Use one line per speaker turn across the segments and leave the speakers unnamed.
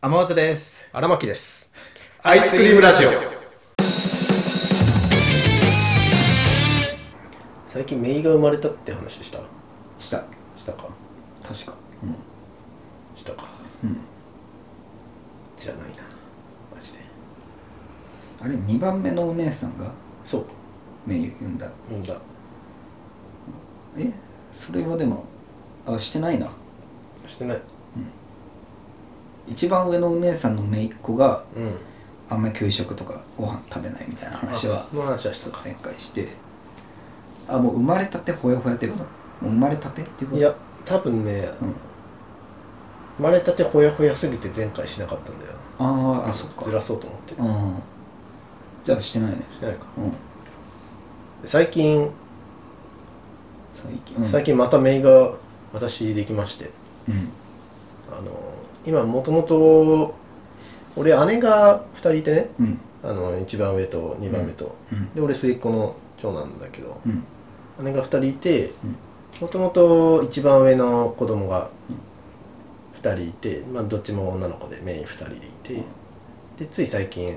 天松です
荒牧です
アイスクリームラジオ
最近メイが生まれたって話した
した
したか
確か
したか
うん
じゃないなマジで
あれ2番目のお姉さんが
そう
メイ産んだ
産んだ
えそれはでもあしてないな
してない
一番上のお姉さんの姪っ子が
うん
あんまり給食とかご飯食べないみたいな話は
あその話はしたか
前回してあもう生まれたてほやほやってこともう生まれたてっていうこと
いや多分ね
うん、
生まれたてほやほやすぎて前回しなかったんだよ
あーあそっか
ずらそうと思って
うんじゃあしてないね
してないか
うん
最近
最近、うん、
最近またメイが私できまして
うん
あの今もともと俺姉が2人いてね
うん
あの一番上と2番目と、
うん
で俺末っ子の長男だけど
うん
姉が2人いて
うん
もともと一番上の子供が2人いて、まあ、どっちも女の子でメイン2人でいて、
うん
でつい最近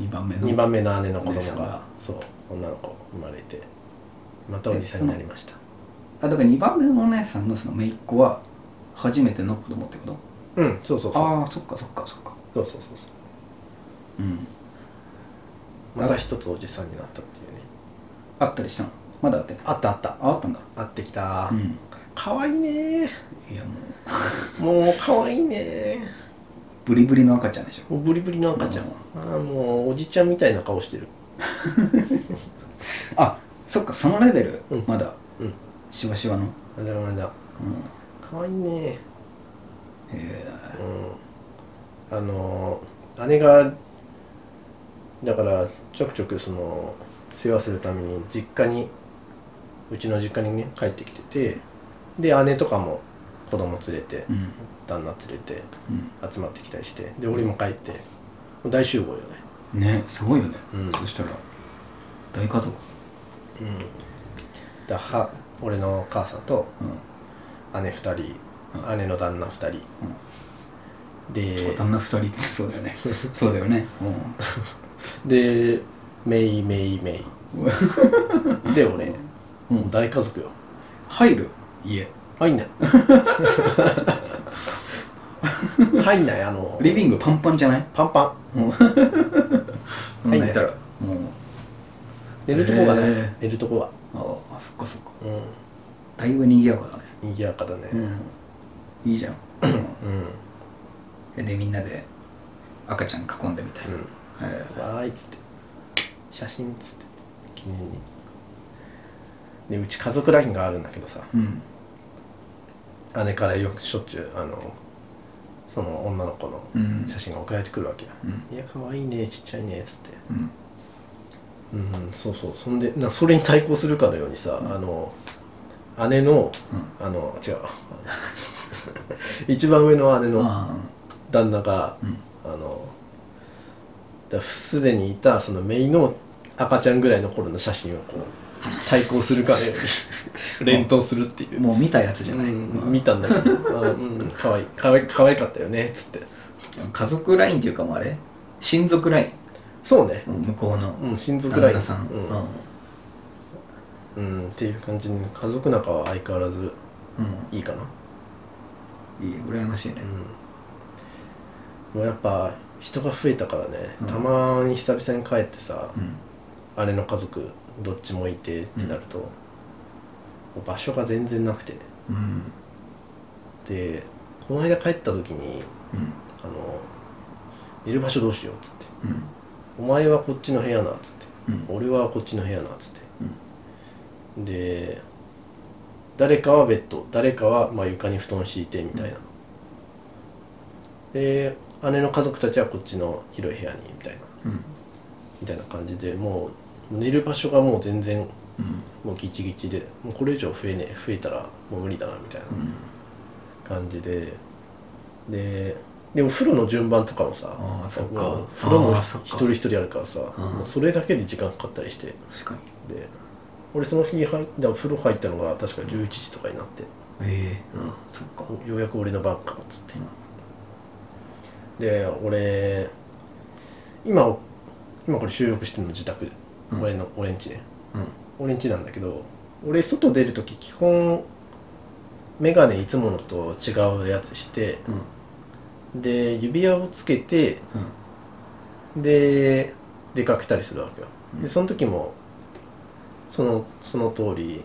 2番目の
2番目の姉の子供
お姉さん
が
が
そう女の子生まれてまたおじさんになりました
あだから2番目のお姉さんのその姪っ子は初めての子供ってこと
うんそうそうそう
ああそっかそっかそっか
そうそうそうそう
うん
また一つおじさんになったっていうね
あったりしたのまだあってない
あったあった
ああったんだ
会ってきた
うん
可愛いね
いやもう
もう可愛いね
ブリブリの赤ちゃんでしょ
もうブリブリの赤ちゃんあーもうおじちゃんみたいな顔してる
あそっかそのレベル、
うん
まだ
うん
しわしわの、うん、
あれだあれだ可愛いね
へえ
うんあのー姉がだからちょくちょくその世話するために実家にうちの実家にね帰ってきててで姉とかも子供連れて
うん
旦那連れて集まってきたりしてで俺も帰ってもう大集合よね
うんねすごいよね、
うん
そしたら大家族
うんだは俺の母さんと
うん
姉2人、
う
姉の旦那2人、
そう旦那2人ってそうだよねそうだよね
ででメイメイメ イで俺、
うん、う、
もうん大家族よ
入る家
入 んない入んないあの
リビングパンパンじゃない
パンパ
うん
入んない
入ったらもう
ン寝るとこがない、
へー
寝るとこは
ああそっかそっか
うん
だいぶ賑やかだね
賑やかだね
うんいいじゃん、う
うん、うん
んでみんなで赤ちゃん囲んでみたいな、え
わーいっつって写真っつって記念にでうち家族 LINE があるんだけどさ
えうん
姉からよくしょっちゅうあのその女の子の
うん
写真が送られてくるわけや、
うん
いや可愛いねちっちゃいねっつって
うん
うんそうそうそんでなそれに対抗するかのようにさ、あの姉のあの違う 一番上の姉
うん
の
あ
旦那が
あうん
あのだすでにいたそのメイの赤ちゃんぐらいの頃の写真をこう対抗するかのよう に連投するっていう
もう見たやつじゃない、
うん
まあ
見たんだけど、あうん、かわいいかわいかわいかったよねっつって
家族ラインっていうかもうあれ親族ライ
そうね
ンもう向こうの
うん親族ライ
旦那
ン
さん、
う
うんんうん
うんっていう感じに家族仲は相変わらずいいかな、
いい羨ましいね
うん、もうやっぱ人が増えたからね、
うん
たまに久々に帰ってさ
う、ん
姉の家族どっちもいてってなると、もう場所が全然なくて
うん
でこの間帰った時にあのいる場所どうしようっつって
うんうん
お前はこっちの部屋なっつって
うん
俺はこっちの部屋なっつって、で誰かはベッド誰かはまあ床に布団敷いてみたいな、で姉の家族たちはこっちの広い部屋にみたいな
うん
みたいな感じでもう寝る場所がもう全然
うん
もうギチギチでもうこれ以上増えねえ増えたらもう無理だなみたいな
うん
感じでででお風呂の順番とかもさ
あーそっか
もう風呂も
あーそっか
一人一人あるからさ
うん
もうそれだけで時間かかったりして
確かに
で俺その日入っだ風呂入ったのが確か11時とかになって
ええうんそっか
ようやく俺の番かっつってで俺今今これ収録してるの自宅、
うん
俺の俺んちね
うん
俺んちなんだけど俺外出る時基本メガネいつものと違うやつして
うん
で指輪をつけて
うん
で出かけたりするわけよ
うん
でその時もそのその通り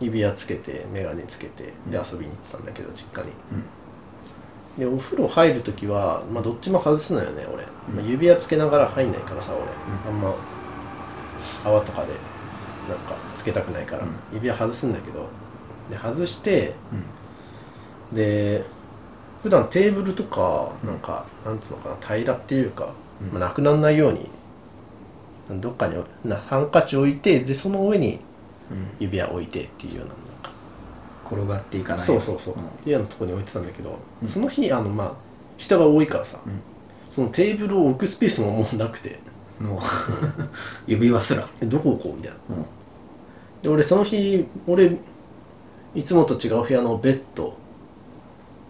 指輪つけてメガネつけてで遊びに行ってたんだけど実家にでお風呂入る時は、まあ、どっちも外すのよね俺、まあ、指輪つけながら入んないからさ俺、
う
あんま泡とかでなんかつけたくないから、
うん
指輪外すんだけどで外して
うん
で普段テーブルとか
うん
なんか、なんつうのかな平らっていうか、
うん
まあ、なくならないようにどっかになハンカチ置いてでその上に
うん
指輪置いてっていうようななんか
転がっていかない
そうそうそう、
ん
っていうようなとこに置いてたんだけど、
うん
その日あのまあ人が多いからさ、
うん
そのテーブルを置くスペースももうなくて
もう 指輪すら、
でどこ置こうみたいな
うん
で俺その日俺いつもと違う部屋のベッド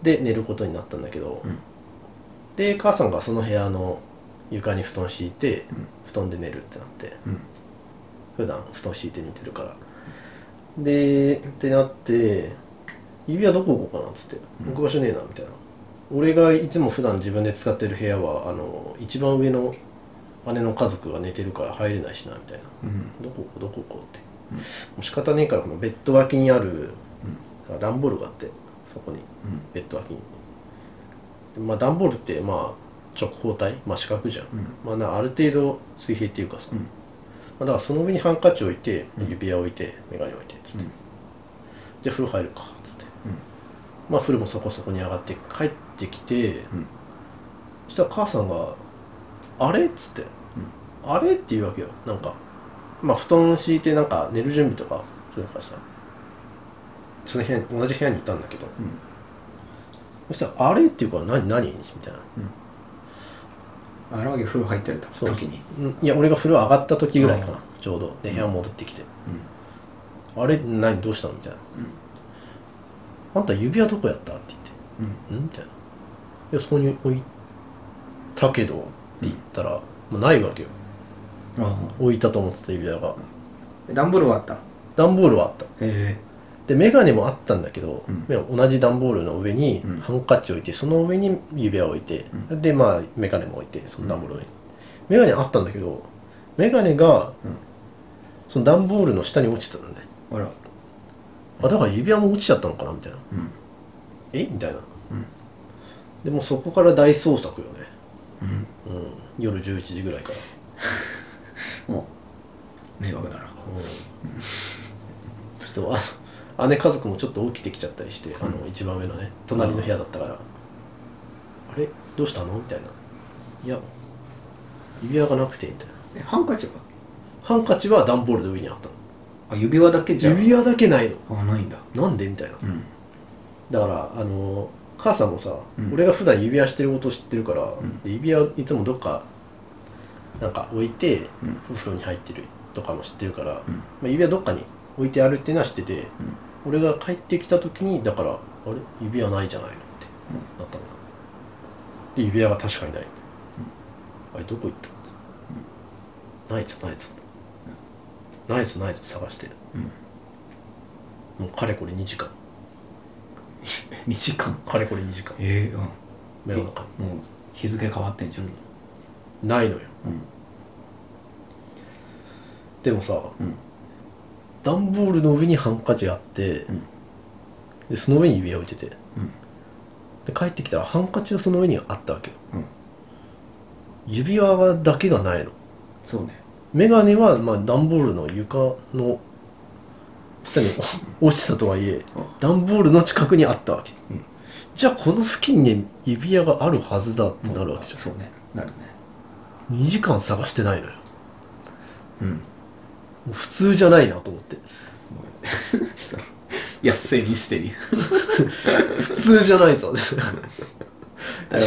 で寝ることになったんだけど、
うん
で母さんがその部屋の床に布団敷いて、
うん
布団で寝るってなって
うん
普段布団敷いて寝てるからでってなって指輪どこ置こうかなっつって
うん
置く場所ねえなみたいな、俺がいつも普段自分で使ってる部屋はあの一番上の姉の家族が寝てるから入れないしなみたいな
うん
どこ置こうどこ置こうって、
うん
もう仕方ねえからこのベッド脇にある
うん
なんか段ボールがあってそこに
うん
ベッド脇にでまあ段ボールってまあ直方体まあ四角じゃん、
うん
まあなある程度水平っていうかさ、
うん
まあ、だからその上にハンカチ置いて
うん
指輪置いて眼鏡置いてつって、
うん
じゃあ風呂入るかつって、
うん
まあ風呂もそこそこに上がって帰ってきて、
うん
そしたら母さんが「あれ?」っつって「あれ?」って言うわけよなんかまあ布団敷いてなんか寝る準備とかするからさその部屋に同じ部屋にいたんだけど
うん
そしたら「あれ?」って言うから「何何?」みたいな
あらわけ風呂入ってる
そう
時に
うんいや俺が風呂上がった時ぐらいか
あ
なちょうどで部屋戻ってきて
うん
「あれ何どうしたの?」みたいな「あんた指輪どこやった?」って言って
うん
「ん?」みたいな「いやそこに置いたけど」って言ったら、まあ、ないわけよ
うんあ
置いたと思ってた指輪が
あダンボールはあったへ
段ボールはあった
え
で眼鏡もあったんだけど、
うん
でも同じ段ボールの上に
うん
ハンカチ置いてその上に指輪置いて、でまあ眼鏡も置いてその段ボールの上に、メガ眼鏡あったんだけど眼鏡が、
うん
その段ボールの下に落ちてたのね
あら
あだから指輪も落ちちゃったのかなみたいな
うん
えみたいな、
うん
でもうそこから大捜索よね、
うん
うん、夜11時ぐらいから、
もう迷惑だな
うんちょっとあの姉家族もちょっと起きてきちゃったりしてあの一番上のね隣の部屋だったから、あれどうしたのみたいないや指輪がなくてみたいな
えハンカチは
ハンカチは段ボールの上にあったの
あ指輪だけじゃ
指輪だけないの
あないんだ
なんでみたいな
うん
だからあの母さんもさ、
うん
俺が普段指輪してることを知ってるから、
ん
で指輪いつもどっかなんか置いて
うん
お風呂に入ってるとかも知ってるか
う
ら、
ん
まあ、指輪どっかに置いてあるっていうのは知ってて、俺が帰ってきた時にだからあれ指輪ないじゃないのってなったんだで指輪が確かにない、あれどこ行ったのないぞないぞないぞないぞ探して
うん
もうかれこれ2時間
2時間
かれこれ2時間
ええうん
目の中に
もう日付変わってんじゃん
ないのよ
うん
でもさ
うん
段ボールの上にハンカチがあって、
うん
でその上に指輪置いてて
うん
で帰ってきたらハンカチがその上にあったわけよ、
うん
指輪だけがないの
そうね
メガネはまあ段ボールの床の下に落ちたとはいえ
うん
段ボールの近くにあったわけ、
うん
じゃあこの付近に指輪があるはずだってなるわけじゃ
そうねなるね
ん2時間探してないのよ
うん
もう普通じゃないなと思って
安性ミステリー
普通じゃない ぞ
確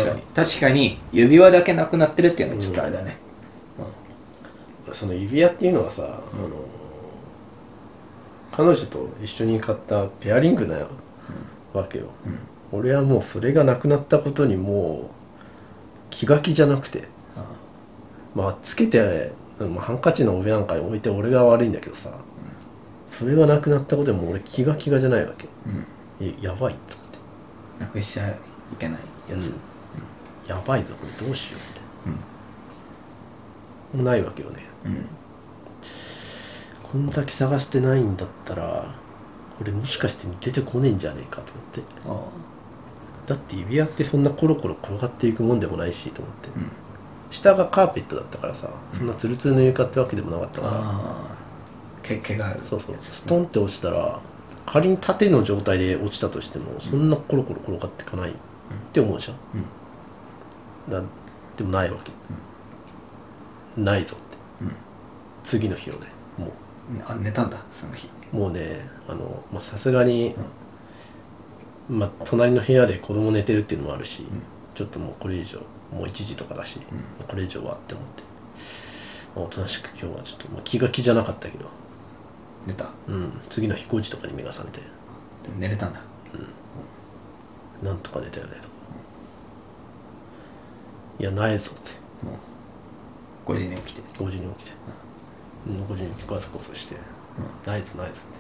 かに確かに指輪だけなくなってるっていうのはちょっとあれだね
その指輪っていうのはさ、あの彼女と一緒に買ったペアリングなわけよ、
うん
俺はもうそれがなくなったことにもう気が気じゃなくて
あ
まあつけて、まあ、ハンカチの上なんかに置いて俺が悪いんだけどさそれがなくなったことでもう俺気が気がじゃないわけ
うん
えやばいと思って
なくしちゃいけないやつ、
やばいぞこれどうしようって
うん
もうないわけよね
うん
こんだけ探してないんだったらこれもしかして出てこねえんじゃねえかと思って
ああ
だって指輪ってそんなコロコロ転がっていくもんでもないしと思って
うん
下がカーペットだったからさそんなツルツルの床ってわけでもなかったから、
ああけ怪我ある
そうそうストンって落ちたら仮に縦の状態で落ちたとしてもそんなコロコロ転がっていかないって思うじゃん、だでもないわけ、ないぞって
うん
次の日よねもう
あ寝たんだその日
もうねあのまあさすがに、まあ、隣の部屋で子供寝てるっていうのもあるし、ちょっともうこれ以上もう1時とかだし、もうこれ以上はって思って、まあおとなしく今日はちょっと、まあ、気が気じゃなかったけど、
寝た
うん、次の飛行時とかに目が覚めて
で寝れたんだ
なんとか寝たよねとか、いやないぞって
もう5時に起きて
5時に起きて、うん、5時に起きてガサゴソして、ないぞないぞって、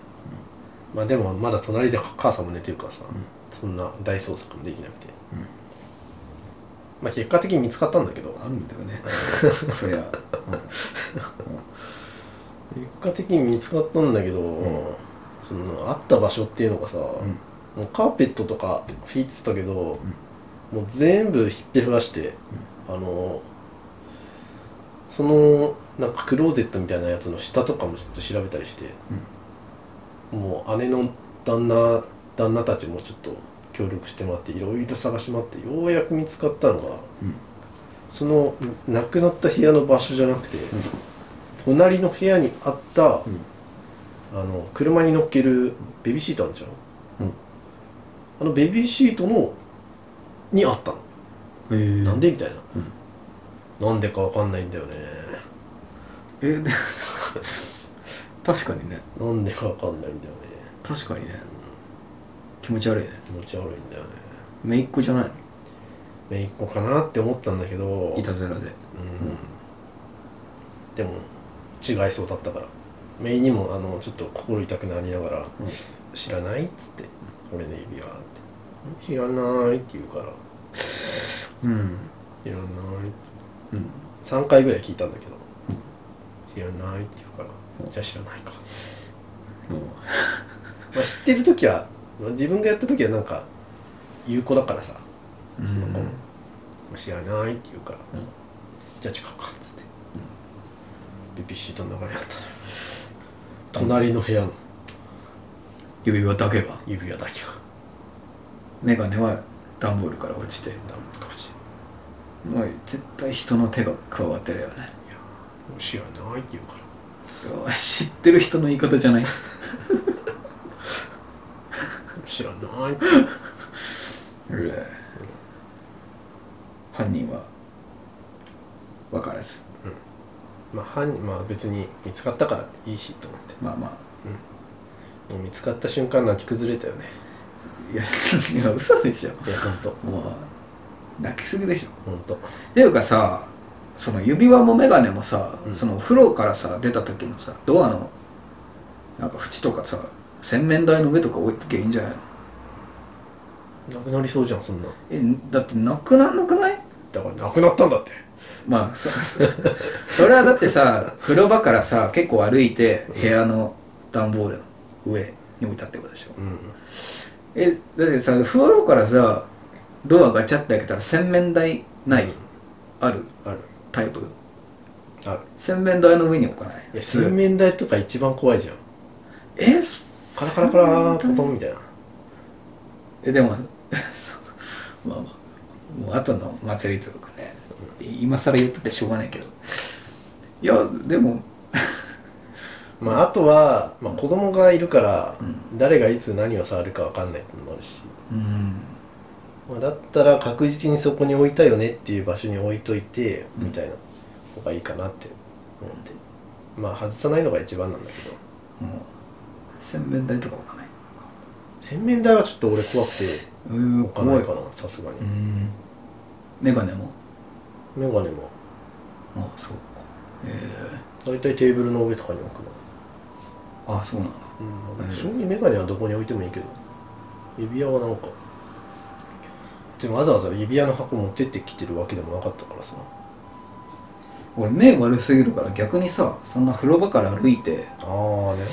まあでもまだ隣で母さんも寝てるからさ、そんな大捜索もできなくて、
ん
まあ結果的に見つかったんだけど
あるんだよ ねそりゃ、
結果的に見つかったんだけど、そのあった場所っていうのがさ、
うん
もうカーペットとか引いてたけど、もう全部ひっぺらして、あのそのなんかクローゼットみたいなやつの下とかもちょっと調べたりして、もう姉の旦那旦那たちもちょっと協力してもらっていろいろ探し回ってようやく見つかったのが、
うん
その亡くなった部屋の場所じゃなくて、隣の部屋にあった、
ん
あの車に乗っけるベビーシートあるじゃん、
うん
あのベビーシートのにあったの、
うんえ
なんでみたいな、なんでかわかんないんだよね
え ーで確かにね
なんでかわかんないんだよね
確かにね気持ち悪いね
気持ち悪いんだよね
姪っ子じゃないの
姪っ子かなって思ったんだけど
いたずらで
うんでも違いそうだったからメイにもあのちょっと心痛くなりながら
ん
「知らない?」っつって「俺の指輪」って「知らない」って言うから
うん
「知らない」
うん
3回ぐらい聞いたんだけど「知らない」って言うから「じゃあ知らないか」
もう
まあ、知ってる時はまあ自分がやった時はなんか有効だからさ
うん
その子も「知らない」って言うから
うん
「じゃあ違うか」っつってビビシートの中にあったのよ隣の部屋の
指輪だけが
指輪だけが
眼鏡は段ボールから落ちて
ダメかもしれな
もう絶対人の手が加わってるよね
いいやもう知らないって言うから
うわ知ってる人の言い方じゃ ない
知らないって
うら犯人は分からず
まあ犯人まあ別に見つかったからいいしと思って
まあま
もう見つかった瞬間泣き崩れたよね
あいや いや嘘でしょ
いやほんと
もう泣きすぎでしょ
ほんと
っていうかさその指輪も眼鏡もさ、
うん
そのお風呂からさ出た時のさドアのなんか縁とかさ洗面台の上とか置いときゃいいんじゃないの
なくなりそうじゃんそんなん
えだってなくなんなくない
だからなくなったんだって
まあそうそうそれはだってさ風呂場からさ結構歩いて部屋の段ボールの上に置いたってことでしょ
うん
えだってさ風呂からさドアガチャって開けたら洗面台ない、ある
ある
タイプ
ある
洗面台の上に置かない
いや
普通
洗面台とか一番怖いじゃん
えそ
カラカラカラーポトンみたいな
えでも そうまあまあもう後の祭りとかね今更言ったってしょうがないけどいやでも
まああとは、まあ、子供がいるから
うん
誰がいつ何を触るかわかんないってのもあるし
うん
まあ、だったら確実にそこに置いたよねっていう場所に置いといてみたいな方がいいかなって思ってまあ外さないのが一番なんだけど
もう洗面台とか置かない
洗面台はちょっと俺怖くて
うー
置かないかなさすがに
うん眼鏡も
メガネも
あそうかえ
大体テーブルの上とかに置くの、
えあそうなの
うん
うん
正味メガネはどこに置いてもいいけど指輪はなんかでもわざわざ指輪の箱持ってってきてるわけでもなかったからさ
俺目悪すぎるから逆にさそんな風呂場から歩いて
ああね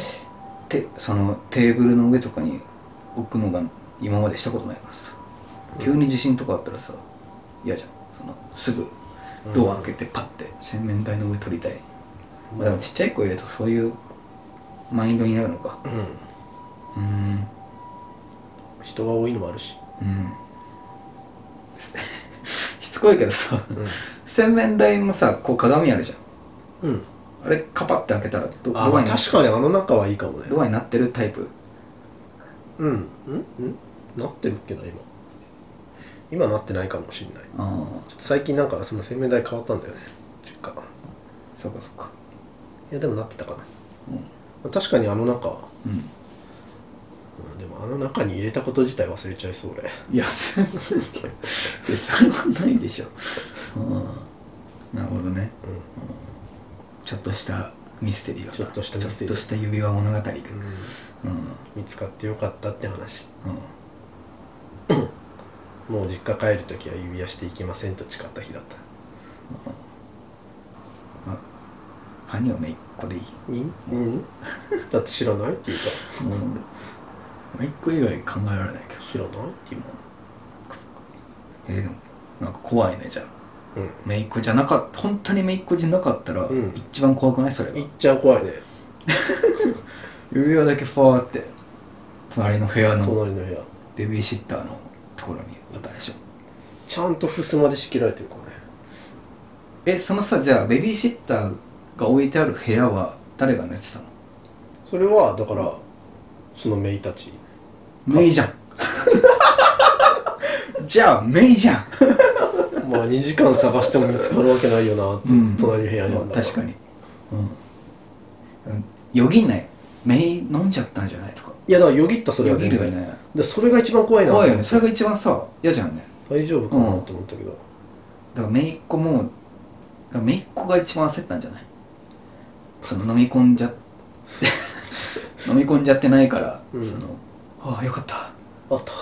てそのテーブルの上とかに置くのが今までしたことないからさ急に地震とかあったらさ嫌じゃんそのすぐドア開けてパッて洗面台の上取りたい、まあ、でもちっちゃい子いるとそういうマインドになるのか
うん、うん
うーん
人が多いのもあるし、
うん しつこいけどさ洗面台のさこう鏡あるじゃん
うん
あれカパッて開けたらどド
あま
ア
あ
になっ
確かにあの中はいいかもね
ドアになってるタイプ
うんんんなってるっけな今今なってないかもしれない
ああ
最近なんかその洗面台変わったんだよね実家
そうかそうか
いやでもなってたかな、
うん
まあ確かにあの中、
うん
うん、でもあの中に入れたこと自体忘れちゃいそう俺
いや、全部いやそれはないでしょ。うんなるほどね。ちょっとしたミステリーが。
ちょっとしたミステリ
ちょ
ー
っとした指輪物語が。うん。
うん、見つかってよかったって話
う
もう実家帰るときは指輪していきませんと誓った日だっ
ん。ハニをね、一個でいい。
たいいうんだって知らないっていうか
うん。まあ一個以外考えられないけど。
知らないっていうか
えーでも、なんか怖いね、じゃあ。
うん
めいっ子じゃなかった、本当にめいっ子じゃなかったら、
うん
一番怖くないそれが
いっ。ちゃん怖いね
指輪だけファーって、隣の部屋の。
隣の部屋
ベビーシッターのところにあったでしょ
ちゃんと襖で仕切られてるからね
えそのさじゃあベビーシッターが置いてある部屋は誰が寝てたの
それはだからそのメイたち
メイじゃん じゃあメイじゃん
まあ2時間探しても見つかるわけないよなって、
うん
隣の部屋にあんだら
確かにうんよぎんないメイ飲んじゃったんじゃないとか
いやだからよぎったそれ
よ
は
ぎ
全
る
然
よね
でそれが一番怖いな
怖いよねそれが一番さ嫌じゃんね
大丈夫かなって思ったけど、
だからめいっ子もだからめいっ子が一番焦ったんじゃないその飲み込んじゃ 飲み込んじゃってないから、
うん
そのああよかった
あったって
よ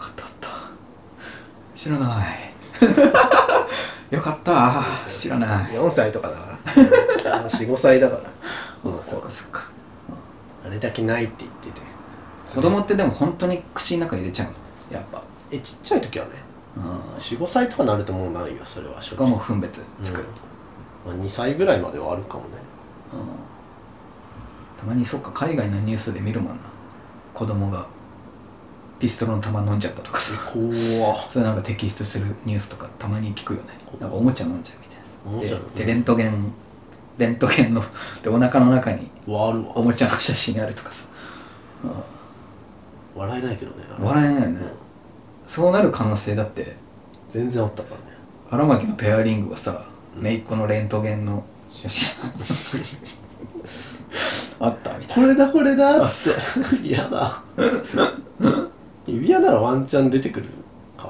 かったあった知らない よかった知らない
4歳とかだ から45歳だから
あそっかそっか
あれだけないって言ってて
子供ってでも本当に口の中入れちゃうのやっぱ
えちっちゃい時はね
うん
45歳とかなるともうないよそれは
そこはもう分別つく、
うんまあ、2歳ぐらいまではあるかもね
うんたまにそっか海外のニュースで見るもんな子供がピストルの弾飲んじゃったとかさ
怖っ
それなんか摘出するニュースとかたまに聞くよねなんかおもちゃ飲んじゃうみたいな
おもちゃ
ででレントゲンレントゲンのでお腹の中に
割る
お
わ
もちゃの写真あるとかさ、
笑えないけどねあれ
笑えないよね
うん
そうなる可能性だって
全然あったからね
荒牧のペアリングはさ
うん
姪っ子のレントゲンの写真 あったみたい
これだこれだっつ って嫌だ指輪ならワンチャン出てくるか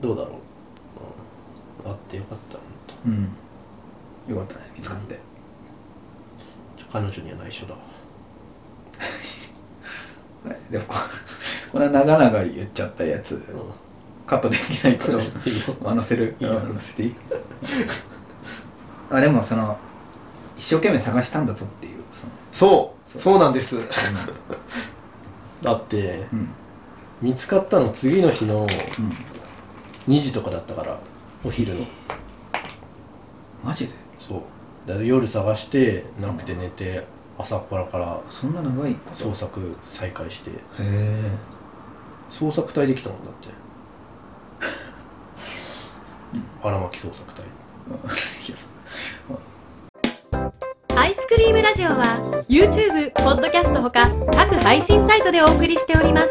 どうだろう、うん、あってよかったほんと
なうんよかったね見つかって
ちょ彼女には内緒だわ
はいでもここれは長々言っちゃったやつ
うん
カットできないけど
いいよ
まあ載せる
いいよ
うん載せていいあでもその一生懸命探したんだぞっていうその
そうそうなんです
う
だって
ん
見つかったの次の日の
うん、うん、
2時とかだったからお昼の
マジで
そうだから夜探してなくて寝て朝っぱらから
そんな長いこと
捜索再開して
へえ
捜索隊できたもんだ って荒牧捜索隊
アイスクリームラジオは YouTube、ポッドキャストほか各配信サイトでお送りしております